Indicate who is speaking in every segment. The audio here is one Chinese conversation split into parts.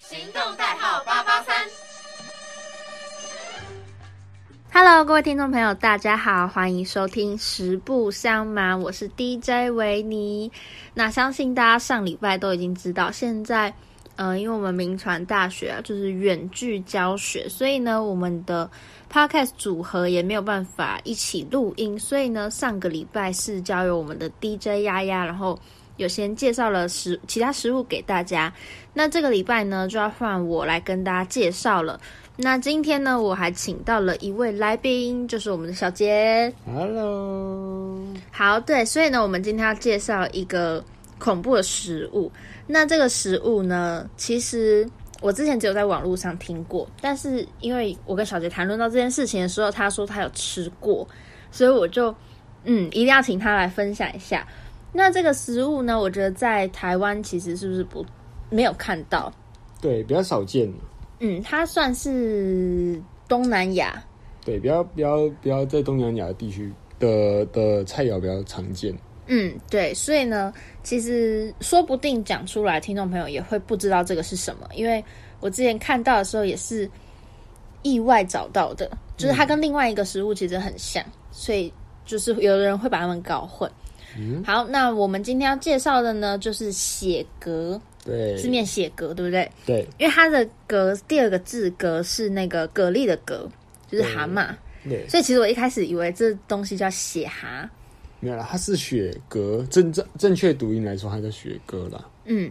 Speaker 1: 行动代号八八三。
Speaker 2: Hello，各位听众朋友，大家好，欢迎收听《实不相瞒》，我是 DJ 维尼。那相信大家上礼拜都已经知道，现在，呃，因为我们民传大学啊，就是远距教学，所以呢，我们的 Podcast 组合也没有办法一起录音，所以呢，上个礼拜是交由我们的 DJ 丫丫，然后有先介绍了食其他食物给大家。那这个礼拜呢，就要换我来跟大家介绍了。那今天呢，我还请到了一位来宾，就是我们的小杰。
Speaker 3: Hello，
Speaker 2: 好，对，所以呢，我们今天要介绍一个恐怖的食物。那这个食物呢，其实我之前只有在网络上听过，但是因为我跟小杰谈论到这件事情的时候，他说他有吃过，所以我就嗯，一定要请他来分享一下。那这个食物呢，我觉得在台湾其实是不是不没有看到？
Speaker 3: 对，比较少见，
Speaker 2: 嗯，它算是东南亚。
Speaker 3: 对，比较比较比较在东南亚地区的的菜肴比较常见，
Speaker 2: 嗯，对，所以呢，其实说不定讲出来，听众朋友也会不知道这个是什么，因为我之前看到的时候也是意外找到的，就是它跟另外一个食物其实很像，所以就是有的人会把它们搞混。好，那我们今天要介绍的呢，就是血蛤，
Speaker 3: 对，
Speaker 2: 是念血蛤，对不对？
Speaker 3: 对，
Speaker 2: 因为它的蛤第二个字蛤是那个蛤蜊的蛤，就是蛤蟆，
Speaker 3: 对，
Speaker 2: 所以其实我一开始以为这东西叫血蛤，
Speaker 3: 没有啦，它是雪蛤，正正正确读音来说，它叫雪蛤啦。
Speaker 2: 嗯，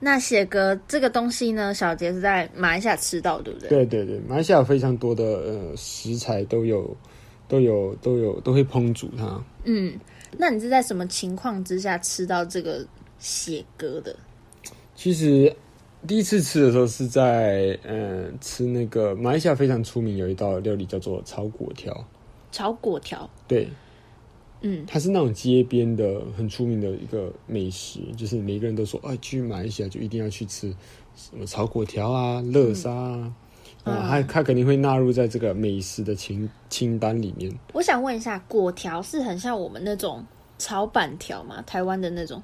Speaker 2: 那写歌这个东西呢，小杰是在马来西亚吃到，对不对？
Speaker 3: 对对对，马来西亚有非常多的呃食材都有都有都有都会烹煮它。
Speaker 2: 嗯，那你是在什么情况之下吃到这个写歌的？
Speaker 3: 其实第一次吃的时候是在呃吃那个马来西亚非常出名有一道料理叫做炒粿条，
Speaker 2: 炒粿条，
Speaker 3: 对，
Speaker 2: 嗯，
Speaker 3: 它是那种街边的很出名的一个美食，就是每个人都说，啊，去马来西亚就一定要去吃什么炒粿条啊、乐沙啊，
Speaker 2: 嗯
Speaker 3: 啊，它它肯定会纳入在这个美食的清清单里面。
Speaker 2: 我想问一下，粿条是很像我们那种炒板条吗？台湾的那种？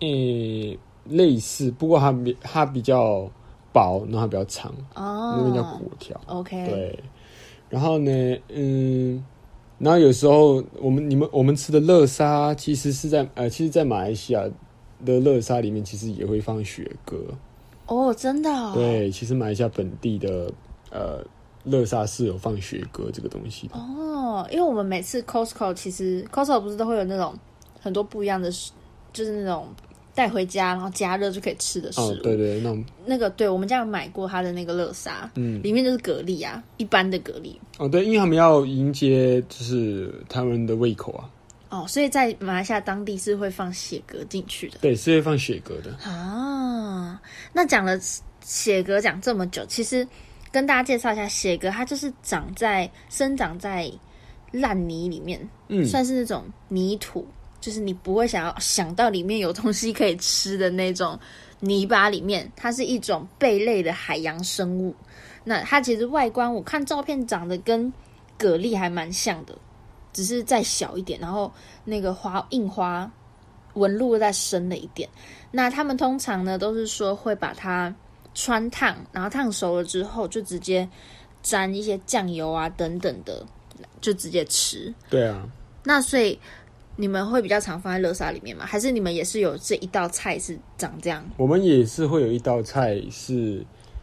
Speaker 2: 嗯
Speaker 3: 诶、类似，不过它比它比较薄，然后它比较长，那个叫粿
Speaker 2: 哦
Speaker 3: 条。
Speaker 2: ，OK，，
Speaker 3: 对，然后呢，嗯，然后有时候我们你们我们吃的乐沙，其实是在呃，其实，在马来西亚的乐沙里面，其实也会放雪蛤。
Speaker 2: 哦，真的、哦，，
Speaker 3: 对，其实马来西亚本地的呃乐沙是有放雪蛤这个东西的。
Speaker 2: 哦，因为我们每次 Costco 其实 Costco 不是都会有那种很多不一样的食，就是那种带回家然后加热就可以吃的食物，
Speaker 3: 哦，对对，那种
Speaker 2: 那个对我们家有买过它的那个乐沙，
Speaker 3: 嗯，
Speaker 2: 里面就是蛤蜊啊，一般的蛤蜊
Speaker 3: 哦对，因为他们要迎接就是他们的胃口啊，
Speaker 2: 哦，所以在马来西亚当地是会放血蛤进去的
Speaker 3: 对，是会放雪蛤的。
Speaker 2: 啊。那讲了血蛤讲这么久，其实跟大家介绍一下，血蛤它就是长在生长在烂泥里面，
Speaker 3: 嗯，
Speaker 2: 算是那种泥土，就是你不会想要想到里面有东西可以吃的那种泥巴里面，它是一种贝类的海洋生物。那它其实外观我看照片长得跟蛤蜊还蛮像的，只是再小一点，然后那个花印花纹路再深了一点。那他们通常呢都是说会把它穿烫，然后烫熟了之后就直接沾一些酱油啊等等的，就直接吃。
Speaker 3: 对啊，
Speaker 2: 那所以你们会比较常放在乐沙里面吗？还是你们也是有这一道菜是长这样？
Speaker 3: 我们也是会有一道菜是。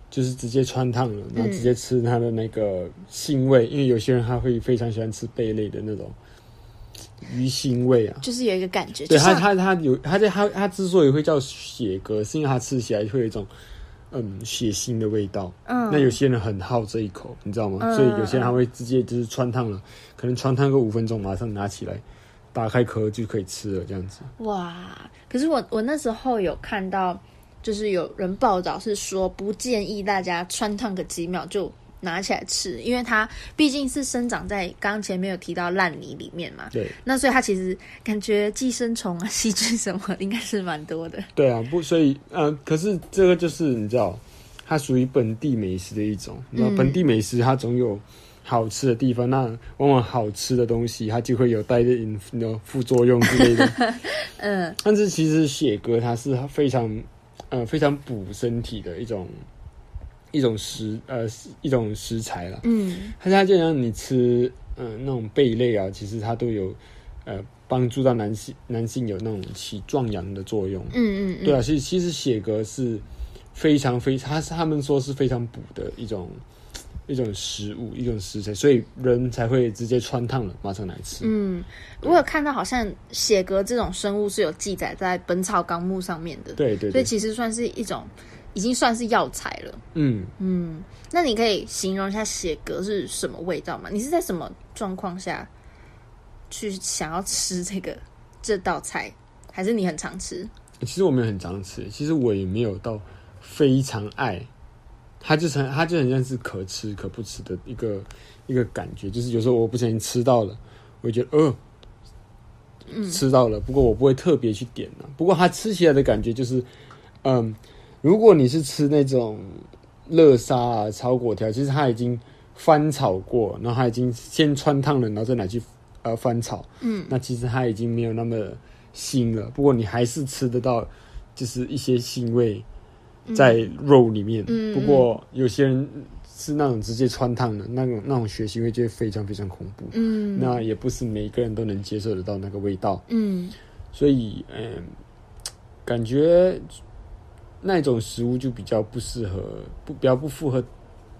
Speaker 3: 就是直接穿烫了，
Speaker 2: 嗯
Speaker 3: 然后直接吃它的那个腥味，因为有些人他会非常喜欢吃贝类的那种鱼腥味啊。
Speaker 2: 就是有一个感觉，就
Speaker 3: 对他，
Speaker 2: 像
Speaker 3: 他他有他在他他之所以会叫血蛤，是因为他吃起来会有一种嗯血腥的味道。
Speaker 2: 嗯
Speaker 3: 那有些人很好这一口，你知道吗？
Speaker 2: 嗯
Speaker 3: 所以有些人他会直接就是穿烫了，可能穿烫个五分钟，马上拿起来，打开壳就可以吃了，这样子。
Speaker 2: 哇！可是我我那时候有看到，就是有人报道是说不建议大家穿烫个几秒就拿起来吃，因为它毕竟是生长在刚刚前面有提到烂泥里面嘛。
Speaker 3: 对
Speaker 2: 那所以它其实感觉寄生虫啊、 细菌什么应该是蛮多的。
Speaker 3: 对啊，不，所以嗯，可是这个就是你知道，它属于本地美食的一种。那、
Speaker 2: 嗯
Speaker 3: 本地美食它总有。好吃的地方，那往往好吃的东西，它就会有带着引副作用之类的。
Speaker 2: 嗯，
Speaker 3: 但是其实写歌它是非常呃非常补身体的一种一种食呃一种食材啦。
Speaker 2: 嗯
Speaker 3: 但是它就让你吃嗯、呃那种贝类啊，其实它都有呃帮助到男性男性有那种起壮阳的作用。
Speaker 2: 嗯嗯，
Speaker 3: 对啊，其实其实血蛤是非常非常，它是他们说是非常补的一种一种食物，一种食材，所以人才会直接穿烫了马上来吃。
Speaker 2: 嗯，我有看到好像血蛤这种生物是有记载在《本草纲目》上面的，
Speaker 3: 对对
Speaker 2: 所
Speaker 3: 对
Speaker 2: 以，其实算是一种，已经算是药材了。
Speaker 3: 嗯，
Speaker 2: 嗯，那你可以形容一下血蛤是什么味道吗？你是在什么状况下去想要吃这个这道菜，还是你很常吃？
Speaker 3: 其实我没有很常吃，其实我也没有到非常爱。它就是很，它就很像是可吃可不吃的一个一个感觉，就是有时候我不小心吃到了，我就觉得呃，吃到了，不过我不会特别去点啊。不过它吃起来的感觉就是，嗯，如果你是吃那种乐沙啊、炒粿条，其实它已经翻炒过，然后它已经先穿烫了，然后再拿去呃翻炒，嗯，那其实它已经没有那么腥了。不过你还是吃得到，就是一些腥味在肉里面。
Speaker 2: 嗯嗯嗯
Speaker 3: 不过有些人是那种直接穿烫的，那种那种血腥味就会非常非常恐怖。
Speaker 2: 嗯
Speaker 3: 那也不是每个人都能接受得到那个味道，
Speaker 2: 嗯
Speaker 3: 所以嗯，感觉那种食物就比较不适合，不比较不符合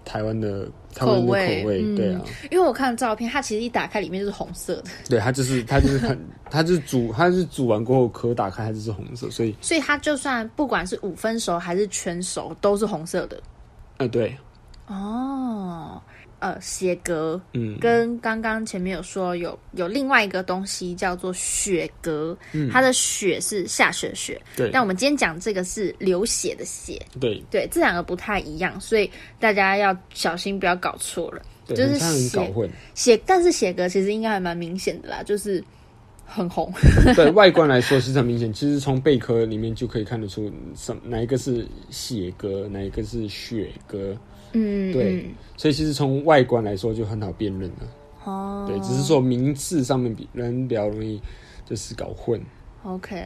Speaker 3: 台湾的台湾人
Speaker 2: 口
Speaker 3: 的口
Speaker 2: 味
Speaker 3: 味，
Speaker 2: 嗯
Speaker 3: 对啊，
Speaker 2: 因为我看照片，它其实一打开里面就是红色的，
Speaker 3: 对，它就是它就是很，它就是煮，它就是煮完过后壳打开它就是红色，所以
Speaker 2: 所以它就算不管是五分熟还是全熟，都是红色的。
Speaker 3: 呃对，
Speaker 2: 哦，呃，血蛤
Speaker 3: 嗯，
Speaker 2: 跟刚刚前面有说有有另外一个东西叫做血蛤，它的血是下雪的血，
Speaker 3: 嗯对
Speaker 2: 但我们今天讲这个是流血的血，
Speaker 3: 对，
Speaker 2: 对，这两个不太一样，所以大家要小心不要搞错了。
Speaker 3: 对，
Speaker 2: 就是
Speaker 3: 很像人
Speaker 2: 血
Speaker 3: 搞混，
Speaker 2: 血，但是血蛤其实应该还蛮明显的啦，就是很 红，
Speaker 3: 对外观来说是很明显，其实从贝壳里面就可以看得出什哪一个是血蛤，哪一个是血蛤，
Speaker 2: 嗯，
Speaker 3: 对
Speaker 2: 嗯
Speaker 3: 所以其实从外观来说就很好辨认了。
Speaker 2: 哦，
Speaker 3: 对，只是说名字上面比人比较容易就是搞混。
Speaker 2: OK。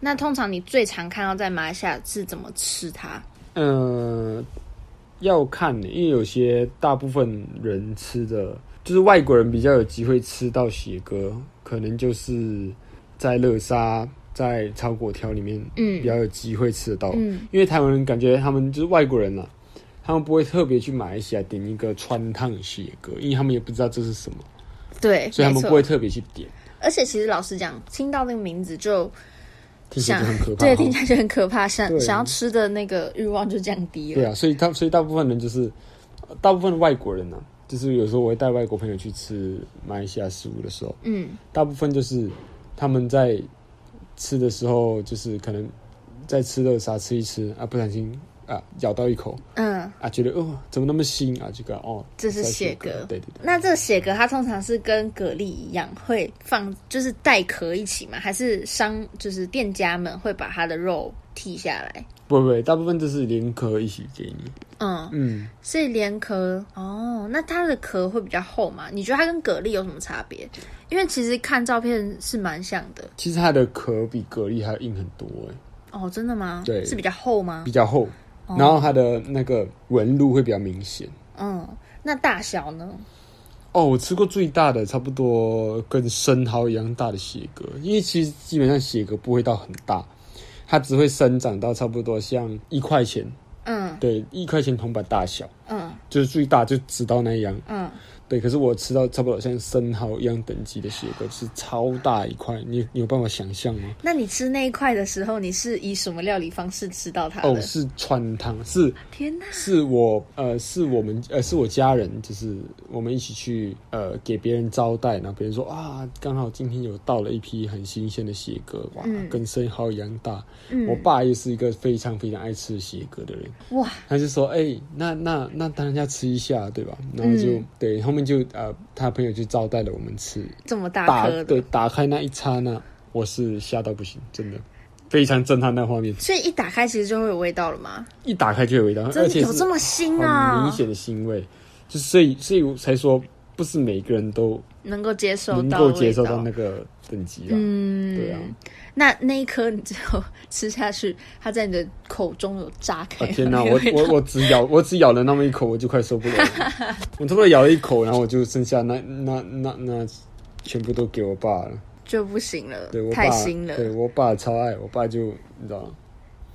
Speaker 2: 那通常你最常看到在马来西亚是怎么吃它？
Speaker 3: 呃，要看，因为有些大部分人吃的，就是外国人比较有机会吃到血蛤，可能就是在乐沙、在炒粿条里面
Speaker 2: 嗯
Speaker 3: 比较有机会吃得到。
Speaker 2: 嗯
Speaker 3: 因为台湾人感觉他们就是外国人啊，他们不会特别去马来西亚点一个川烫血蛤，因为他们也不知道这是什么，
Speaker 2: 对，
Speaker 3: 所以他
Speaker 2: 没
Speaker 3: 们
Speaker 2: 错
Speaker 3: 不会特别去点。
Speaker 2: 而且其实老实讲，听到那个名字就
Speaker 3: 听起来就很可怕哦，
Speaker 2: 对，听起来就很可怕，想
Speaker 3: 对
Speaker 2: 想要吃的那个欲望就降低
Speaker 3: 对
Speaker 2: 了。
Speaker 3: 啊，所以大所以大部分人就是，呃大部分的外国人呢、啊就是有时候我会带外国朋友去吃马来西亚食物的时候，
Speaker 2: 嗯
Speaker 3: 大部分就是他们在吃的时候，就是可能在吃热沙吃一吃啊，不小心啊咬到一口
Speaker 2: 嗯，
Speaker 3: 啊，觉得哦怎么那么腥啊，这个哦
Speaker 2: 这是
Speaker 3: 在
Speaker 2: 蟹
Speaker 3: 蛤
Speaker 2: 壳
Speaker 3: 对对对，
Speaker 2: 那这个血蛤它通常是跟蛤蜊一样会放，就是带壳一起嘛，还是商就是店家们会把它的肉剔下来？
Speaker 3: 不不，大部分就是连壳一起给你，
Speaker 2: 嗯，
Speaker 3: 嗯，
Speaker 2: 所以连壳哦，那它的壳会比较厚嘛？你觉得它跟蛤蜊有什么差别？因为其实看照片是蛮像的
Speaker 3: 其实它的壳比蛤蜊还要硬很多哎，
Speaker 2: 哦，真的吗？
Speaker 3: 对
Speaker 2: 是比较厚吗
Speaker 3: 比？较厚，
Speaker 2: 哦
Speaker 3: 然后它的那个纹路会比较明显。
Speaker 2: 嗯，那大小呢？
Speaker 3: 哦，我吃过最大的，差不多跟生蚝一样大的蟹蛤，因为其实基本上蟹蛤不会到很大，它只会生长到差不多像一块钱，
Speaker 2: 嗯
Speaker 3: 对，一块钱铜板大小，
Speaker 2: 嗯
Speaker 3: 就是最大就直到那样。
Speaker 2: 嗯，
Speaker 3: 对，可是我吃到差不多像生蚝一样等级的蟹蛤，就是超大一块，你你有办法想象吗？
Speaker 2: 那你吃那一块的时候，你是以什么料理方式吃到它的？
Speaker 3: 哦，是川汤，是
Speaker 2: 天哪！
Speaker 3: 是我呃，是我们呃，是我家人，就是我们一起去呃给别人招待，然后别人说啊，刚好今天有到了一批很新鲜的蟹蛤，哇，
Speaker 2: 嗯
Speaker 3: 跟生蚝一样大。
Speaker 2: 嗯
Speaker 3: 我爸又是一个非常非常爱吃蟹蛤的人，
Speaker 2: 哇，
Speaker 3: 他就说，哎、那那那当然要吃一下，对吧？然后就、
Speaker 2: 嗯
Speaker 3: 对，后面就呃，他朋友就招待了我们吃，
Speaker 2: 这么大
Speaker 3: 打
Speaker 2: 颗
Speaker 3: 对
Speaker 2: 的，
Speaker 3: 打开那一刹那，我是吓到不行，真的非常震撼那画面，
Speaker 2: 所以一打开其实就会有味道了吗？
Speaker 3: 一打开就有味道，而
Speaker 2: 真的
Speaker 3: 且
Speaker 2: 有
Speaker 3: 是
Speaker 2: 这么腥
Speaker 3: 很
Speaker 2: 啊
Speaker 3: 明？显的腥味，就是所以所以我才说不是每个人都
Speaker 2: 能够接受
Speaker 3: 能
Speaker 2: 到
Speaker 3: 够
Speaker 2: 味
Speaker 3: 接受
Speaker 2: 道
Speaker 3: 到那个等级啦。
Speaker 2: 嗯，
Speaker 3: 对啊，
Speaker 2: 那那一颗你只有吃下去，它在你的口中 有炸开
Speaker 3: 啊
Speaker 2: 了、
Speaker 3: 天哪，
Speaker 2: 那个
Speaker 3: 我
Speaker 2: 味道
Speaker 3: 我我只咬我只咬了那么一口，我就快受 不了了。我差不多咬了一口，然后我就剩下那那那那全部都给我爸了。
Speaker 2: 就不行了
Speaker 3: 对我，爸
Speaker 2: 太腥了，
Speaker 3: 对我爸超爱，我爸就你知道吗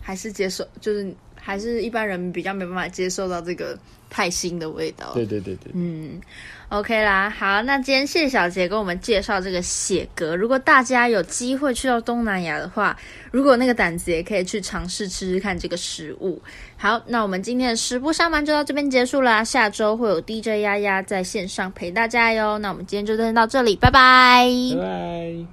Speaker 2: 还是接受，就是还是一般人比较没办法接受到这个太腥的味道。
Speaker 3: 对对对对，
Speaker 2: 哦嗯，OK 啦，好，那今天谢小杰跟我们介绍这个写嗝。如果大家有机会去到东南亚的话，如果那个胆子也可以去尝试吃吃看这个食物。好，那我们今天的食不上班就到这边结束啦，下周会有 DJ 丫丫在线上陪大家哟。那我们今天就先到这里，拜拜
Speaker 3: 拜拜。